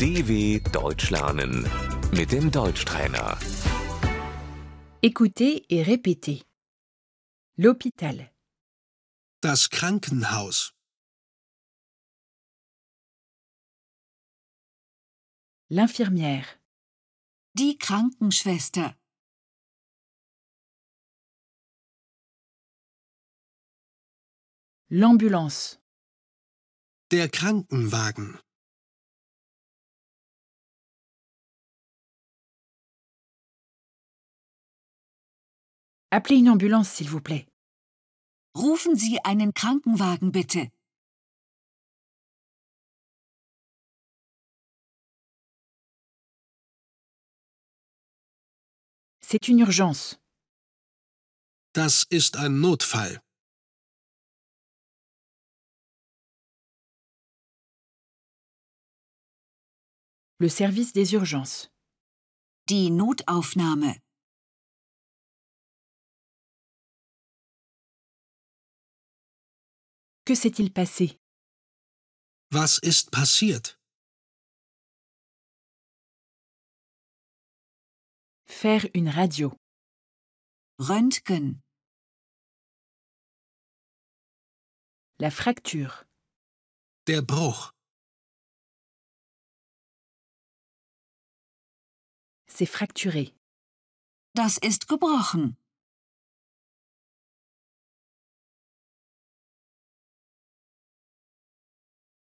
DW Deutsch lernen mit dem Deutschtrainer. Écoutez et répétez. L'hôpital. Das Krankenhaus. L'infirmière. Die Krankenschwester. L'ambulance. Der Krankenwagen. Appelez une ambulance, s'il vous plaît. Rufen Sie einen Krankenwagen bitte. C'est une urgence. Das ist ein Notfall. Le service des urgences. Die Notaufnahme. Que s'est-il passé Was ist passiert? Faire une radio. Röntgen. La fracture. Der Bruch. C'est fracturé. Das ist gebrochen.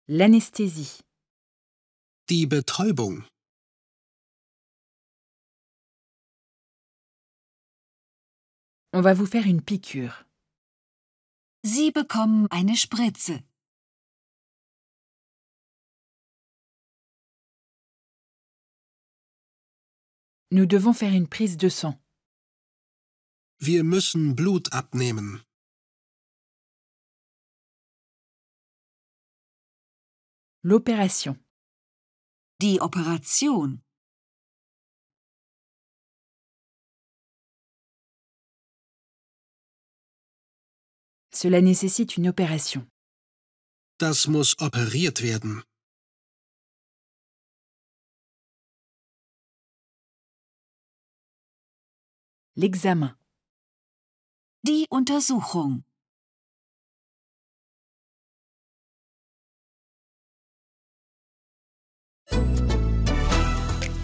L'anesthésie. Die Betäubung. On va vous faire une piqûre. Sie bekommen eine Spritze. Nous devons faire une prise de sang. Wir müssen Blut abnehmen. L'opération. Die Operation. Cela nécessite une opération. Das muss operiert werden. L'examen. Die Untersuchung.